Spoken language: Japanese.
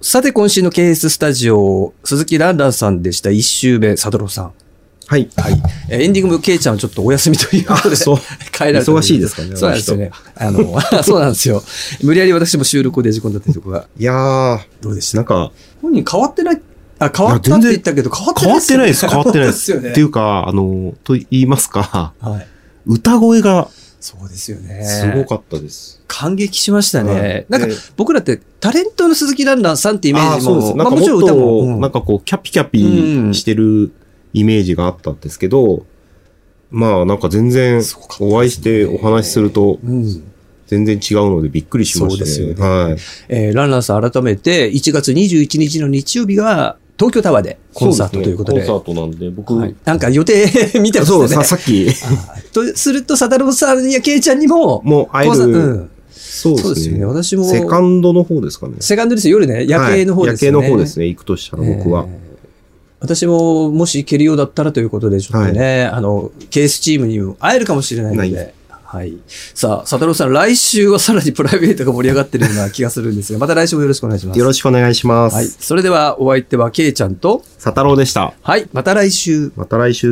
さて、今週の KS スタジオ、鈴木ランランさんでした。1週目、サドロさん。はい。はい。えーエンディングも、ケイちゃんはちょっとお休みということで、そう帰られた忙しいですかねそうなんですよね。あの、 そうなんですよ。無理やり私も収録をデジコンだったりとか、いやー、どうでしたなんか、本人変わってない、あ、変わったって言ったけど、変わって変ないわっっすてよないね、です、変わってないです。変わってなっいってていいうか、あの、と言いますか、う。はい。歌声がそうですよね。すごかったです。感激しましたね。はいなんでか、僕らって、タレントの鈴木ランランさんってイメあーージそうでも、す。なんまあかもちろんもっ歌も、と、うんなんかこう、キャピキャピしてるイメージがあったんですけど、まあなんか全然すごかったですねお会いしてお話しするとうん。全然違うのでびっくりしましたね。そうですよねはい。えーランランさん改めて、1月21日の日曜日が、東京タワーでコンサートということで。そうすねコンサートなんで僕、はいなんか予定 見てましそう、たさね。さっきとすると、サタローさんやケイちゃんにも、もう会えコンサる。うんそうそうですよね。私も、セカンドの方ですかね。セカンドですよ。夜ね、夜景の方ですよね。はい夜景の方ですね、行くとしたら僕は。えー私も、もし行けるようだったらということで、ちょっとね、あの、ケースチームにも会えるかもしれないのなで、はい。さあ、佐太郎さん、来週はさらにプライベートが盛り上がってるような気がするんですが、また来週もよろしくお願いします。よろしくお願いします。はい。それでは、お相手はケイちゃんと、佐太郎でした。はい、また来週。また来週。